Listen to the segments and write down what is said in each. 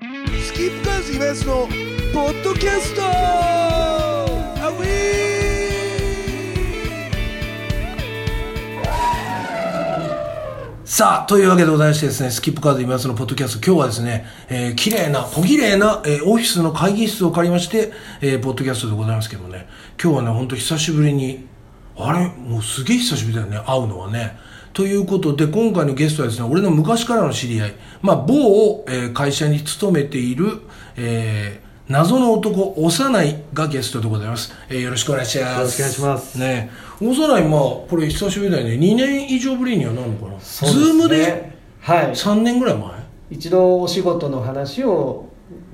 キープカーズイベントのポッドキャストアウィーさあ、というわけでございましてですね、スキップカード今すのポッドキャスト、今日はですね、えー、綺麗な、小綺麗な、えー、オフィスの会議室を借りまして、えー、ポッドキャストでございますけどもね、今日はね、ほんと久しぶりに、あれもうすげえ久しぶりだよね、会うのはね。ということで、今回のゲストはですね、俺の昔からの知り合い、まあ、某、えー会社に勤めている、えー謎の男、幼いがゲストでございます。えーよろしくお願いします。よろしくお願いしますね幼い、まあ、これ久しぶりだよね。2年以上ぶりにはなるのかな。そうすズねームではい3年ぐらい前一度お仕事の話を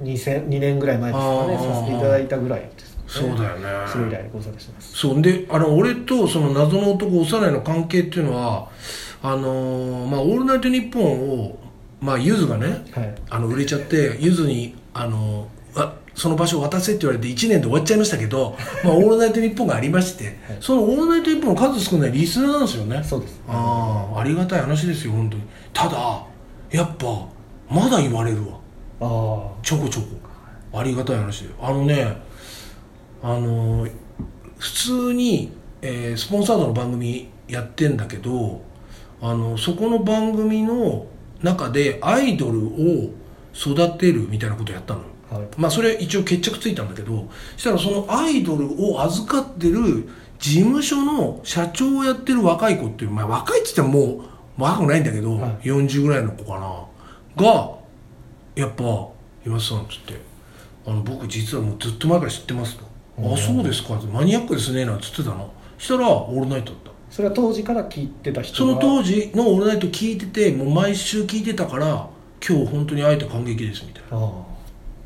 2, 2年ぐらい前ですかあねーさせていただいたぐらいです、ね、そうだよねそれ以来ご無沙汰してますそうであの俺とその謎の男幼いの関係っていうのはあのーまあ「オールナイトニッポン」をまあゆずがねはいあの売れちゃってゆずにあのあその場所を渡せって言われて1年で終わっちゃいましたけ ど「まあ、オールナイトニッポン」がありまして、その「オールナイトニッポン」の数少ないリスナーなんですよねそうですああありがたい話ですよ本当にただやっぱまだ言われるわああちょこちょこありがたい話であのねあのー普通に、えースポンサードの番組やってんだけどあのそこの番組の中でアイドルを育てるみたいなことやったのよはいまあそれ一応決着ついたんだけどそしたらそのアイドルを預かってる事務所の社長をやってる若い子っていうまあ若いっつってももう若くないんだけど、はい40ぐらいの子かながやっぱ「今田さん」っつって「あの僕実はもうずっと前から知ってます」と「あそうですか」って「マニアックですね」なんつってたのそしたら「オールナイト」だったそれは当時から聞いてた人その時当時の「オールナイト」聞いててもう毎週聞いてたから「今日本当に会えて感激です」みたいなああ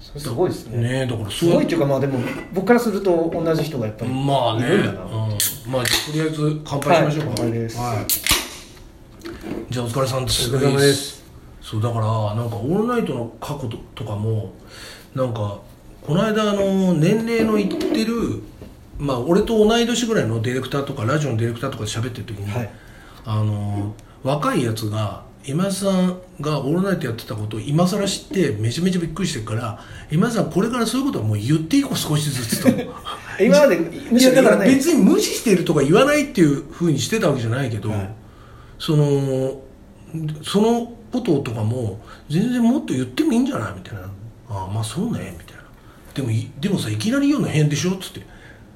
それすごいですねねえだからすそうやっごていっていうかまあでも僕からすると同じ人がやっぱりまあね、いうるんんだな、まあとりあえず乾杯しましょうか。はい乾杯ですはいじゃあお疲れさんです。お疲れ様です。そうだからなんかオールナイトの過去ととかもなんかこの間あの年齢のいってるまあ俺と同い年ぐらいのディレクターとかラジオのディレクターとかで喋ってる時に、はいあの若いやつが今田さんが「オールナイト」やってたことを今更知ってめちゃめちゃびっくりしてるから今田さんこれからそういうことはもう言っていこう少しずつと今までむいしやろだ言かわらない別に無視してるとか言わないっていうふうにしてたわけじゃないけど、はいそのそのこととかも全然もっと言ってもいいんじゃないみたいな、ああまあそうねみたいなでもいでもさいきなり言うの変でしょっつって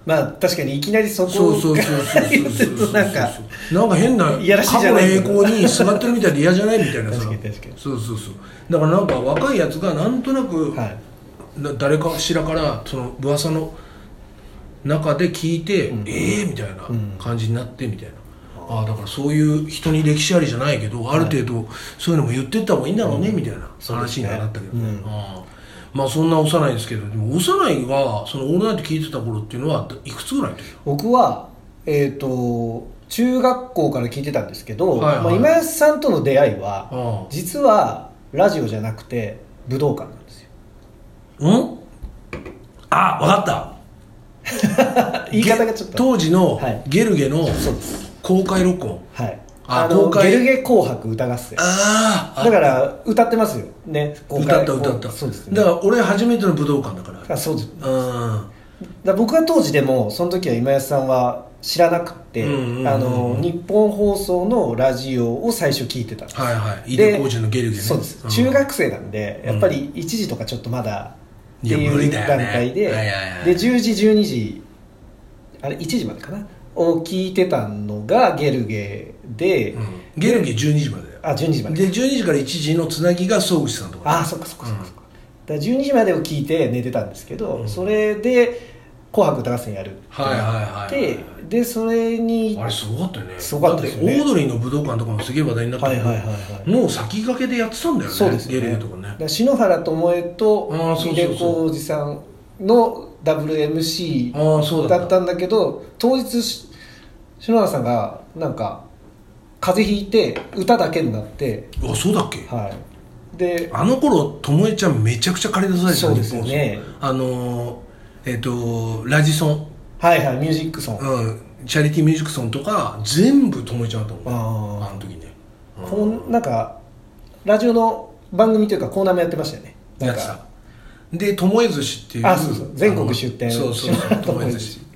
まあ確かにいきなりそこそうそうそうそうから言うそうと なんかなんか変ないやらしいじゃない過去の栄光に座ってるみたいで嫌じゃないみたいなさ確かに確かにそうそうそうだからなんか若いやつがなんとなく、はいな誰かしらからその噂の中で聞いて、ええみたいな感じになってみたいな、ああだからそういう人に歴史ありじゃないけどある程度そういうのも言ってった方がいいんだろうね、みたいなそうで話すねにはなったけどね、うあんあまあそんな幼いですけどでも幼いがそのオールナイト聞いてた頃っていうのはいくつぐらいの時僕はえっ、と中学校から聞いてたんですけど、はいはいまあ、今安さんとの出会いはああ実はラジオじゃなくて武道館なんですようんあわかった言い方がちょっゲと当時のはいゲルゲのそうです公開録音、はいああの公開ゲルゲ紅白歌合戦ああだから歌ってますよね公歌開った歌ったそうです、だから俺初めての武道館だからあそうですだかうんら僕は当時でもその時は今安さんは知らなくて、うんうんうんあの日本放送のラジオを最初聞いてたんですはいはい井で出浩二のゲルゲねそうです、ん中学生なんでうんやっぱり1時とかちょっとまだっていや無理いうだよ段ね階で,、はいはいはいで10時12時あれ1時までかなを聞いてたのがゲルゲで、うんゲルゲ12時までだよあ12時までで12時から1時のつなぎが総口さんとかああそっかそっかそっかそっか、だから12時までを聞いて寝てたんですけど、うんそれで「紅白歌合戦」やるってはいなって、はいはいはでそれにあれすごかったよねすごかったですよねだてオードリーの武道館とかもすげえ話題になったはいけはいどはいはいもう先駆けでやってたんだよねそうですよゲねルゲとかだねから篠原智恵あーとそうそうそう井出浩二さんの WMC ああそうだだったんだけど当日し篠原さんがなんか風邪ひいて歌だけになってあそうだっけはいであの頃ともえちゃんめちゃくちゃ借り出されてたそうですよ日ね本放送あのーえっとラジソンはいはいミュージックソンうん、チャリティーミュージックソンとか全部ともえちゃんだったもんねああの時ね、うんこうなんかラジオの番組というかコーナーもやってましたよねなやんってかたで巴寿司っていうあそうそう全国出店あのそうそう そうともえ巴寿寿司司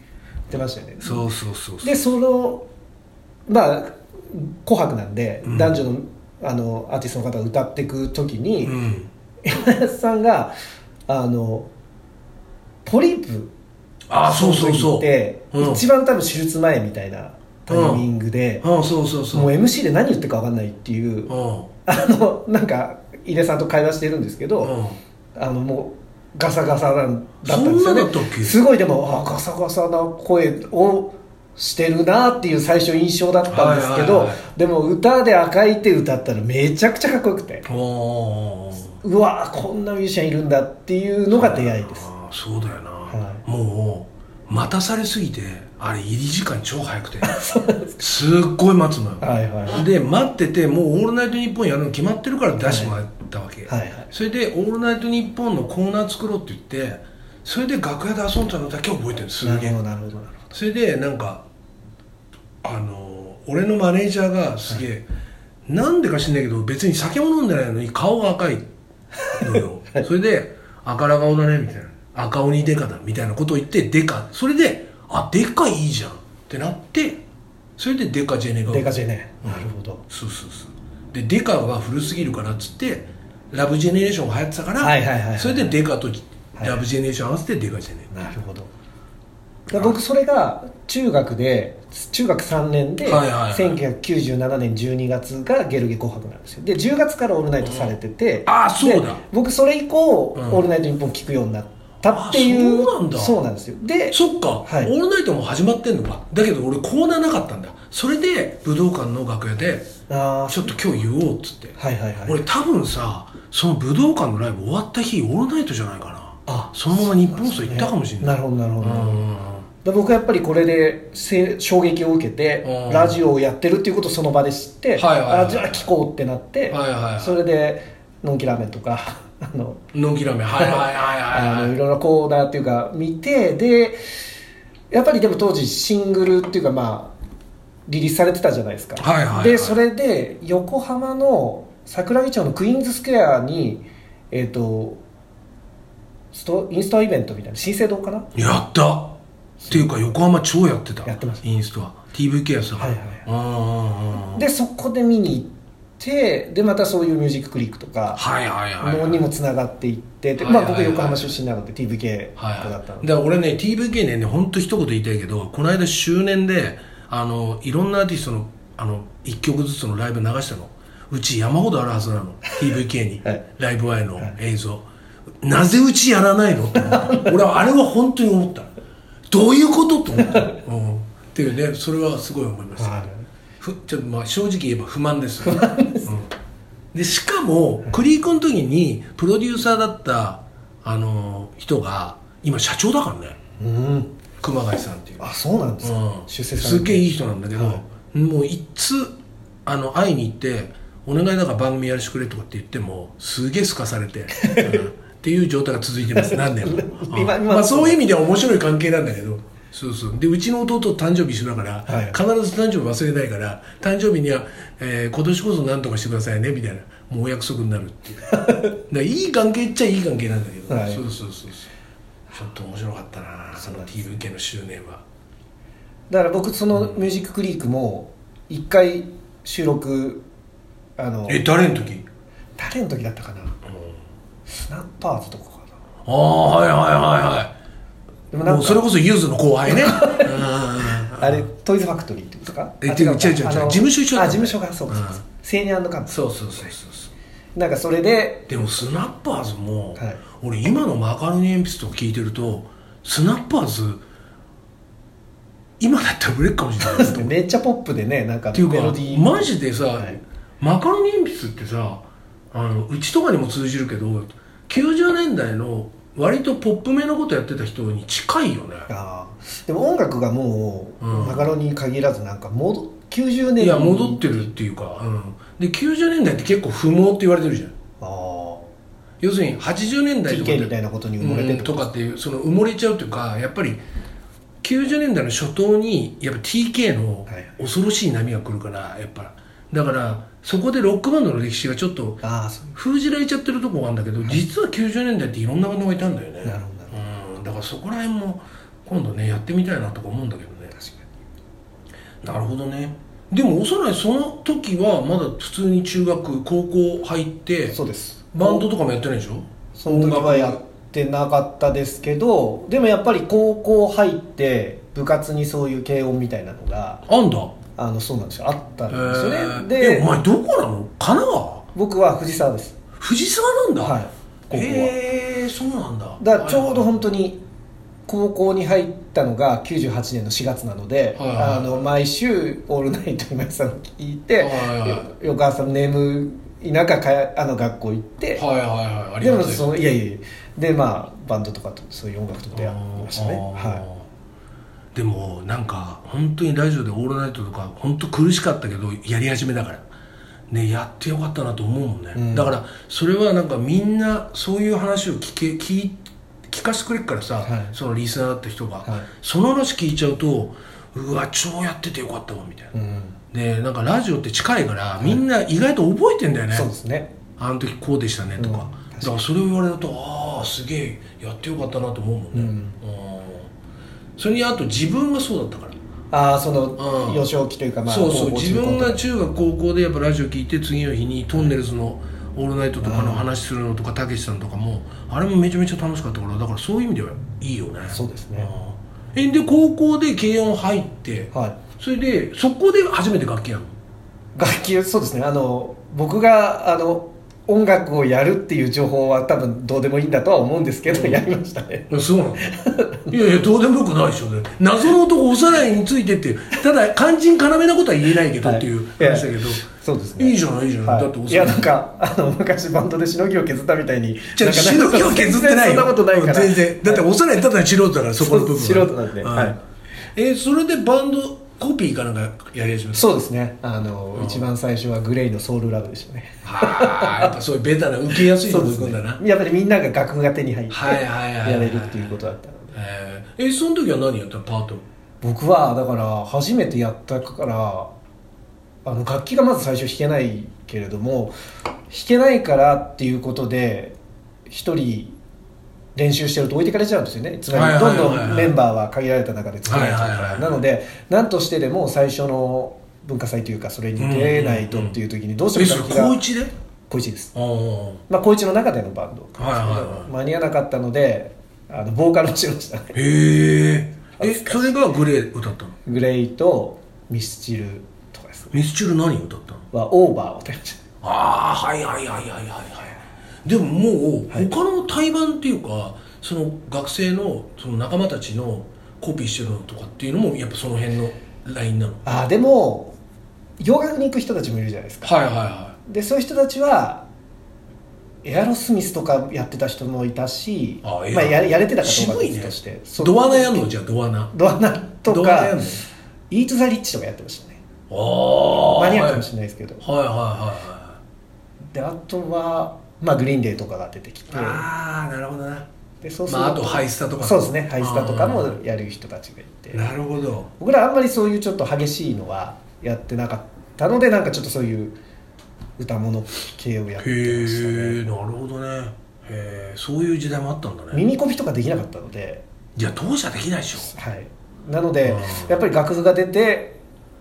出ましたよねそうそうそうそうでそのまあ「紅白」なんで、うん男女のあのアーティストの方が歌っていく時に、うん山田 さんがあのポリープあそうそうその時そっうてうん一番多分手術前みたいなタイミングで、あそうそうそうもううん MC で何言ってるか分かんないっていう、うあのなんか井出さんと会話してるんですけど、んあのもうガサガサなんだったんですよねそんなだったっけすごいでもあガサガサな声をしてるなっていう最初印象だったんですけど、はいはいはいでも歌で赤い手歌ったらめちゃくちゃかっこよくておーうわこんなミュージシャンいるんだっていうのが出会いですあーそうだよな、はもう待たされすぎてあれ入り時間超早く てすっごい待つのよはいはいはいで待っててもう「オールナイトニッポン」やるの決まってるから出してもらったわけ、はいそれで「オールナイトニッポン」のコーナー作ろうって言ってそれで楽屋で遊んだのだけ覚えてるすなげるえほどなるほどなるそれでなんかあの俺のマネージャーがすげえ、なんでか知んないけど別に酒も飲んでないのに顔が赤いの よそれで「赤ら顔だね」みたいな「赤鬼デカだ」みたいなことを言って「デカ」それで「あデカいいじゃん」ってなってそれで「デカジェネがほどデカジェねなるほどそうそうそうでデカが古すぎるからっつってラブジェネレーションが流行ってたから、はいはいはいはいそれでデカとはいラブジェネレーション合わせてデカジェネ、なるほどだ僕それが中学で中学3年ではいはいはい1997年12月が「ゲルゲ紅白」なんですよで10月から「オールナイト」されてて、ああそうだで僕それ以降「うんオールナイトニッポン」聞くようになったっていうあそうなんだそうなんですよでそっか、はいオールナイトも始まってんのかだけど俺コーナーなかったんだそれで武道館の楽屋でああちょっと今日言おうっつって、はいはいはい俺多分さその武道館のライブ終わった日オールナイトじゃないかなあそのまま日本放送行ったかもしれないなるほどなるほど、うんうんうんで僕はやっぱりこれでせ衝撃を受けてうんラジオをやってるっていうことをその場で知って、はいはいはいあじゃあ聞こうってなって、はいはいはいそれで「のんきラーメン」とか あののんきらめはいはいはいはいあはいのいろいろコーナーっていうか見てでやっぱりでも当時シングルっていうかまあリリースされてたじゃないですか、はいはいはいでそれで横浜の桜木町のクイーンズスクエアにえっ、とストインストアイベントみたいな新生堂かなやったっていうか横浜超やってたやってましたインストは TVK やってたからはいはいうんうんうんでそこで見に行ってでまたそういうミュージッククリックとかはいはいはいのにもつながっていってではいまはいあはい僕横浜出身なので TVK はいだったはのい、でだから俺ね TVK ねね本当一言言いたいけどこの間周年であのいろんなアーティストのあの1曲ずつのライブ流したのうち山ほどあるはずなの TVK に、 はいライブ前の映像、なぜうちやらないのって思った俺はあれは本当に思ったどういうことと思った、うん、っていうねそれはすごい思いました、はいふちょっとまあ正直言えば不満です不満です、うんでしかもクリークの時にプロデューサーだったあの人が今社長だからねうん熊谷さんっていう、あそうなんですか、うん、出世さすれっげえいい人なんだけど、はもういつあの会いに行って「お願いだから番組やらせてくれ」とかって言ってもすげえすかされ て、うんっていう状態が続いてます何年も、うん今今まあ、そういう意味では面白い関係なんだけどそうそうでうちの弟誕生日一緒だから、はい必ず誕生日忘れないから誕生日には、えー今年こそ何とかしてくださいね」みたいなもうお約束になる っていうだからいい関係っちゃいい関係なんだけど、はいそうそうそうそうちょっと面白かったなその TVK の周年は。だから僕そのミュージッククリークも一回収録あのえ誰の時誰の時だったかな、スナッパーズとかかあなあはいはいはいはでいもなもんうそれかこそユーズの後輩ね あれトイズファクトリーってことかえあ違うか違う違うあの事務所一緒だあ事務所がそうかそうかうん青年カンプそうそうそうそうそなんかそれでうでもスナッパーズも、はい俺今のマカロニ鉛筆とか聞いてるとスナッパーズ今だったら売れっかもしれない なと思ってめっちゃポップでねなんかっていうメロかディーマジでさ、はいマカロニ鉛筆ってさあのうちとかにも通じるけど90年代の割とポップめのことやってた人に近いよねあーでも音楽がもう、うんマカロニに限らずなんか戻90年いや戻ってるっていうか、うん、で90年代って結構不毛って言われてるじゃんああ要するに80年代とか TK みたでいなことに埋もれてうっんてとことかっていうその埋もれちゃうというかやっぱり90年代の初頭にやっぱ TK のはい恐ろしい波が来るからやっぱだからそこでロックバンドの歴史がちょっとああそう封じられちゃってるとこがあるんだけど、実は90年代っていろんなバンドがいたんだよねなるほどなるうんだからそこら辺も今度ねやってみたいなとか思うんだけどね確かなるほどねでもおそらくその時はまだ普通に中学高校入ってにそうですバンドとかもやってないでしょその時はやってなかったですけどでもやっぱり高校入って部活にそういう軽音みたいなのがあんだあのそうなんですよあったんえですよね、ーえでお前どこなの神奈川僕は藤沢です藤沢なんだ、はい高校はへえそうなんだだからちょうど本当当に高校に入ったのが98年の4月なので、はいはいあの毎週「オールナイト今井さん」を聞いて、はいはいはよ翌朝眠い中かあの学校行って、はいはいはいありでがともうそのいやいやいやでまあバンドとかとそういう音楽と出会いましたねあーはでもなんか本当にラジオで「オールナイト」とか本当苦しかったけどやり始めだからねやってよかったなと思うもんね、んだからそれはなんかみんなそういう話を聞け聞い聞かせてくれるからさ、はいそのリスナーだった人が、いその話聞いちゃうとうわ超やっててよかったわみたいな、い、うんでなんかラジオって近いからみんな意外と覚えてんだよね、そうですねあの時こうでしたねとか、うんだからそれを言われるとああすげえやってよかったなと思うもんね、うんそれにあと自分がそうだったから、ああそうんの幼少期というかまあそうそう高校自分が中中学高校でやっぱラジオ聞いて次の日にトンネルズの「オールナイト」とかの話するのとかたけしさんとかもあれもめちゃめちゃ楽しかったからだからそういう意味ではいいよねそうですねうんえで高校で軽音入って高はいそれでそこで初めて楽器やるの楽器そうですねあの僕があの音楽をやるっていう情報は多分どうでもいいんだとは思うんですけど、やりましたねえそうなのいやいやどうでもよくないでしょうね謎の男おさらいについてってただ肝心要なことは言えないけどはいっていう話だけど、そうですい、いねじゃないいいじゃない、だってはい、おいさらやいなんかあの昔バンドでしのぎを削ったみたいにじゃあなんかしのぎを削ってないよ全然そんなことないから全然だっておさらいただの素人だからそこの部分はそう素人なんでうはいえそれでバンドコピーかなんかやり始めたそうですねあの、一番最初はグレイのソウルラブでしたねはあやっぱそういうベタな受けやすいとこで行すくんだな、 やっぱりみんなが楽譜が手に入ってはいはいはいはいやれるっていうことだったのでえーえその時は何やったのパート僕はだから初めてやったからあの楽器がまず最初弾けないけれども弾けないからっていうことで一人練習してると置いてかれちゃうんですよねつまはいりはいどはいんはいどんメンバーは限られた中で作られちゃうはいかはいはらいなので何としてでも最初の文化祭というかそれに出ないとっていう時にどうしてえもそれ楽器高が一で小一です、ああまあ、小一の中でのバンドはいはいはい間に合わなかったのであのボーカルをしましたねへええそれがグレー歌ったのグレイとミスチルとかですねミスチル何歌ったのはオーバーを歌いましたああはいはいはいはいはいはいでももう他の対バンっていうか、その学生のその仲間たちのコピーしてるのとかっていうのもやっぱその辺のラインなのあーでも洋楽に行く人たちもいるじゃないですかはいはいはでそういう人たちはエアロスミスとかやってた人もいたしあーエアまあ、ややれてたかどうか渋いね別としてそうドアナやんのじゃあドアナドアナとドアナかやんのイート・ザ・リッチとかやってましたねああマニアックかもしれないですけどはいはいはいはであとは、まあ、グリーンデーとかが出てきていああなるほどなでそうするまとああとハイスタとかそうですねハイスタとかあもやる人たちがいてーなるほど僕らあんまりそういうちょっと激しいのはやってなかったのでなんかちょっとそういう歌物系をやってましたへえねなるほどねへえそういう時代もあったんだね耳コピとかできなかったので、じゃあ当社できないでしょはい、なのでうんやっぱり楽譜が出て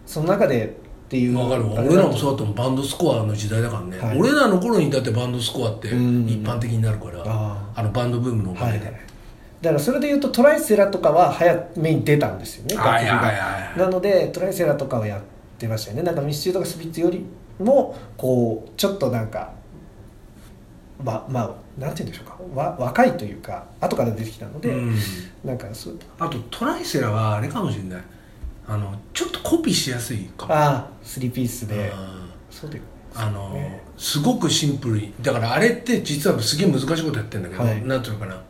その中でっていうわかるわあれ俺らもうそうだったもんバンドスコアの時代だからね、はい俺らの頃にだってバンドスコアって一うん般的になるから、ああのバンドブームのおはかいはげいで、だからそれでいうとトライセラとかは早めに出たんですよね楽譜が、はいはいはいなのでトライセラとかをやってましたよねなんかミスチルとかスピッツよりもこうちょっとなんかままあなんて言うんでしょうかわ若いというか後から出てきたので、うんなんかそうあとトライセラはあれかもしれないあのちょっとコピーしやすいかもああスリーピースでうんそうであのねすごくシンプルにだからあれって実はすげえ難しいことやってんだけど、はいなんていうのかな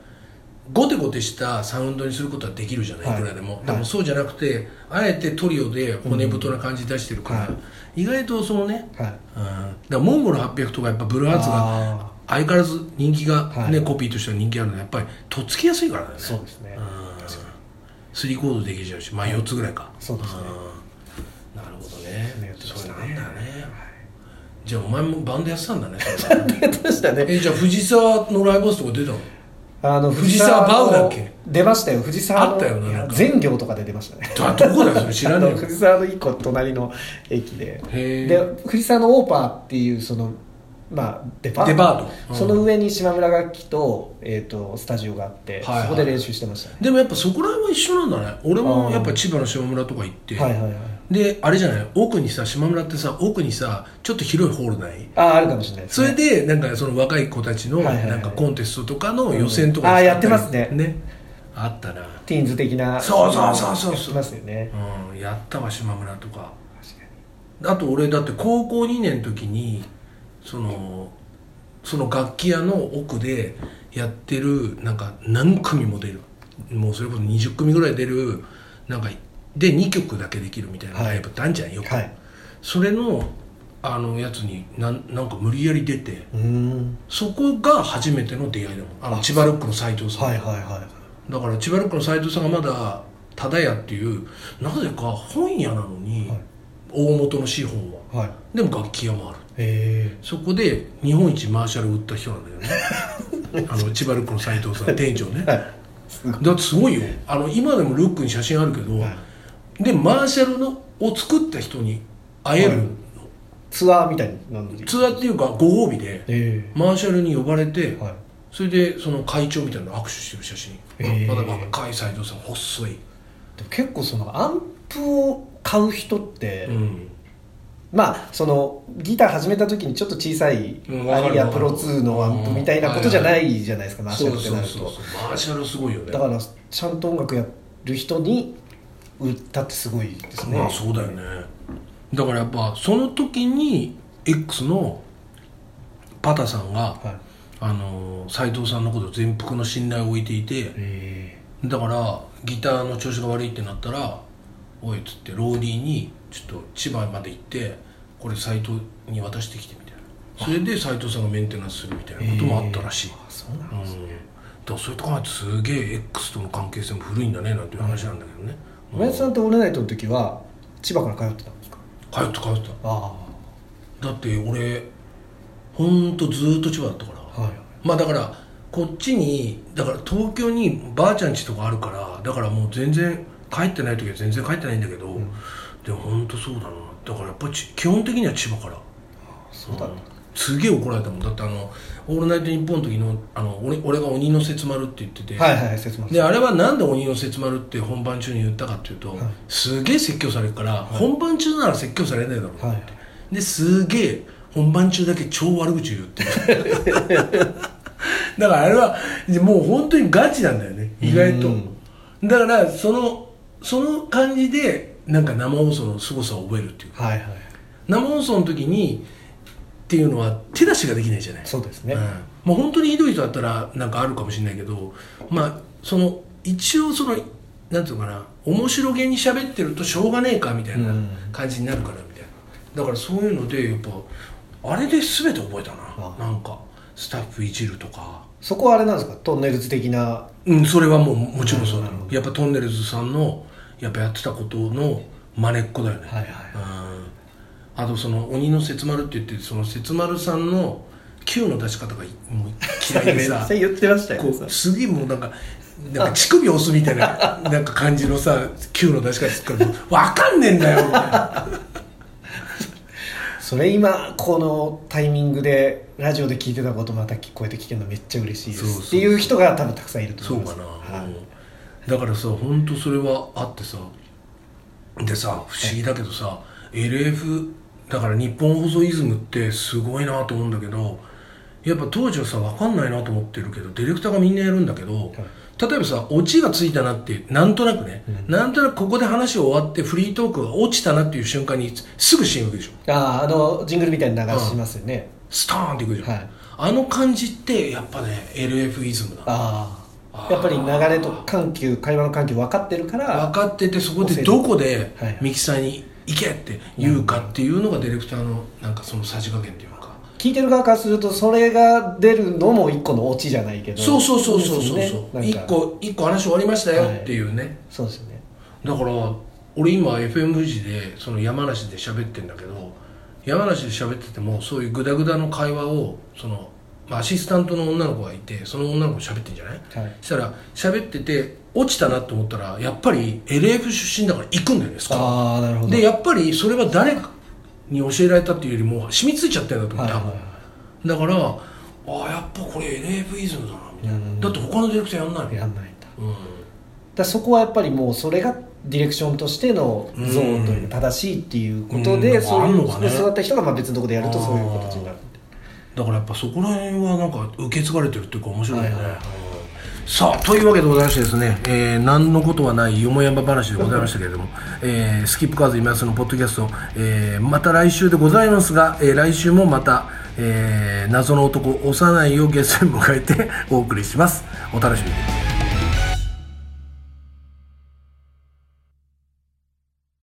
ゴテゴテしたサウンドにすることはできるじゃない、はいい、くらでもはいでもそうじゃなくてあえてトリオで骨太な感じ出してるから、うんは意外とそのねはい うんだからモンゴル800とかやっぱブルーハーツがあ相変わらず人気が、ねはいコピーとしては人気あるのでやっぱりとっつきやすいからだよねあそうですねうん3コードできちゃうしまあ4つぐらいか、そうですねうんなるほどねねそうなんだよねはいじゃあお前もバンドやってたんだねそれはやってましたねえじゃあ藤沢のライブハウスとか出た のあの藤沢のバウだっけ出ましたよ藤沢のあったよないやなんか全行とかで出ましたねだどこだよそれ知らねあのえよ藤沢の一個隣の駅でへえで藤沢のオーパーっていうそのまあデパートデパートうんその上に島村楽器と,、えー、とスタジオがあって、はいはいそこで練習してましたねでもやっぱそこら辺は一緒なんだね俺もやっぱ千葉の島村とか行って、はいはいはいであれじゃない奥にさ島村ってさ奥にさちょっと広いホールないあああるかもしれないです、そね、れでなんかその若い子たちのはいはいはいなんかコンテストとかの予選とかうんあーに使りやってますねねあったなティーンズ的なそうそうそうそうそうやってますよねうんやったわ島村とか確かにあと俺だって高校2年の時にそのその楽器屋の奥でやってるなんか何組も出るもうそれこそ20組ぐらい出るなんかで2曲だけできるみたいなはいライブってあんじゃんよく、はいそれのあのやつになんなんか無理やり出てうーんそこが初めての出会いだもんあの千葉ロックの斎藤さん、はいはいはいだから千葉ロックの斎藤さんがまだ「ただや」っていうなぜか本屋なのに、はい大元の資本ははいでも楽器屋もあるへそこで日本一マーシャル売った人なんだよ ねあの千葉ルックの斎藤さん店長ねえー、はだいすごいってすごいよあの今でもルックに写真あるけど、はでマーシャルのを作った人に会えるの、はいツアーみたいなのにツアーっていうかご褒美でえマーシャルに呼ばれて、ー、はいそれでその会長みたいなの握手してる写真、へえまだ若い斎藤さん細い、でも結構そのアンプを買う人って、うん、まあそのギター始めた時にちょっと小さいうんわかるアリわアかプるロ2のアンプみたいなことじゃないじゃないですかマーシャそルうってそなうるそうとそうマーシャルすごいよねだからちゃんと音楽やる人に売ったってすごいですねまあそうだよねだからやっぱその時に X のパタさんがはいあの斎藤さんのこと全幅の信頼を置いていてえだからギターの調子が悪いってなったら「おい」っつってローディーにちょっと千葉まで行ってこれ斎藤に渡してきてみたいなそれで斎藤さんがメンテナンスするみたいなこともあったらしい、あそうなうんんですね、だからそうやって考えるとすげえ X との関係性も古いんだねなんていう話なんだけどね、おやつさんとオールナイトの時は千葉から通ってたんですか通った通ったあだって俺ほんとずーっと千葉だったから、あはいまあだからこっちにだから東京にばあちゃん家とかあるからだからもう全然帰ってない時は全然帰ってないんだけど、でもほんとそうだなだからやっぱり基本的には千葉からそうだった、すげえ怒られたもんだってあの「オールナイトニッポン」の時のあの俺俺が「鬼の節丸」って言ってて、はいはい説明であれはなんで鬼の節丸って本番中に言ったかっていうと、すげえ説教されるから、本番中なら説教されないだろうって、はいですげえ本番中だけ超悪口言うっていうだからあれはもう本当にガチなんだよね意外とだからそのその感じでなんか生放送の凄さを覚えるっていうかはいはい生放送の時にっていうのは手出しができないじゃないそうですね、うんまあ、本当にひどい人だったらなんかあるかもしれないけど、まあ、その一応そのなんていうのかな面白げに喋ってるとしょうがねえかみたいなうん感じになるからみたいなだからそういうのでやっぱあれで全て覚えたなあなんかスタッフいじるとか。そこはあれなんですかトンネルズ的なうん、それはもうもちろんそうだなるほどやっぱトンネルズさんのやっぱやってたことの真似っこだよねはいはいうんあとその鬼の節丸って言ってその節丸さんの Q の出し方がもう嫌いで さ言ってましたこうすげえもうなんかなんか乳首押すみたいななんか感じのさ Q の出し方するからもうわかんねえんだよみたいなそれ今このタイミングでラジオで聞いてたことまた聞こえてきてるのめっちゃ嬉しいですそうそうそうっていう人が多分たくさんいるとそ思ういまかすな、はいうんだからさ本当それはあってさでさ不思議だけどさ LF だから日本放送イズムってすごいなと思うんだけどやっぱ当時はさ分かんないなと思ってるけどディレクターがみんなやるんだけど、例えばさオチがついたなってなんとなくね、なんとなくここで話終わってフリートークが落ちたなっていう瞬間にすぐ CM 行くでしょあーあのジングルみたいに流しますよね、スターンっていくじゃん、はいあの感じってやっぱね LF イズムだああやっぱり流れと緩急会話の緩急分かってるから分かっててそこでどこではいミキサーに行けって言うかっていうのがディレクターのなんかそのさじ加減っていうか聞いてる側からするとそれが出るのも一個のオチじゃないけどそうそうそうそうそうですそよねうなん一か個一個話終わりましたよっていうねそうですよねだから俺今 FM 富士でその山梨で喋ってんだけど山梨で喋っててもそういうグダグダの会話をその、まあ、アシスタントの女の子がいてその女の子喋ってんじゃないはいそしたら喋ってて落ちたなと思ったらやっぱり LF 出身だから行くんだよねそこああなるほどでやっぱりそれは誰かに教えられたっていうよりも染みついちゃってるんだと思う、はいはい多は分だからああやっぱこれ LF イズムだなみたいな、うんだって他のディレクターやんないもんいやんないんだだかうんらそこはやっぱりもうそれがディレクションとしてのゾーンというか正しいっていうことで、うんそういあんのかうねで育った人がまあ別のところでやるとそういう形になるってだからやっぱそこら辺はなんか受け継がれてるっていうか面白いよね、はいはいはいさあというわけでございましてですね、えー何のことはないよもやま話でございましたけれども、えースキップカーズ今すのポッドキャスト、えーまた来週でございますが、えー来週もまた、えー謎の男幼いをゲストに迎えてお送りしますお楽しみに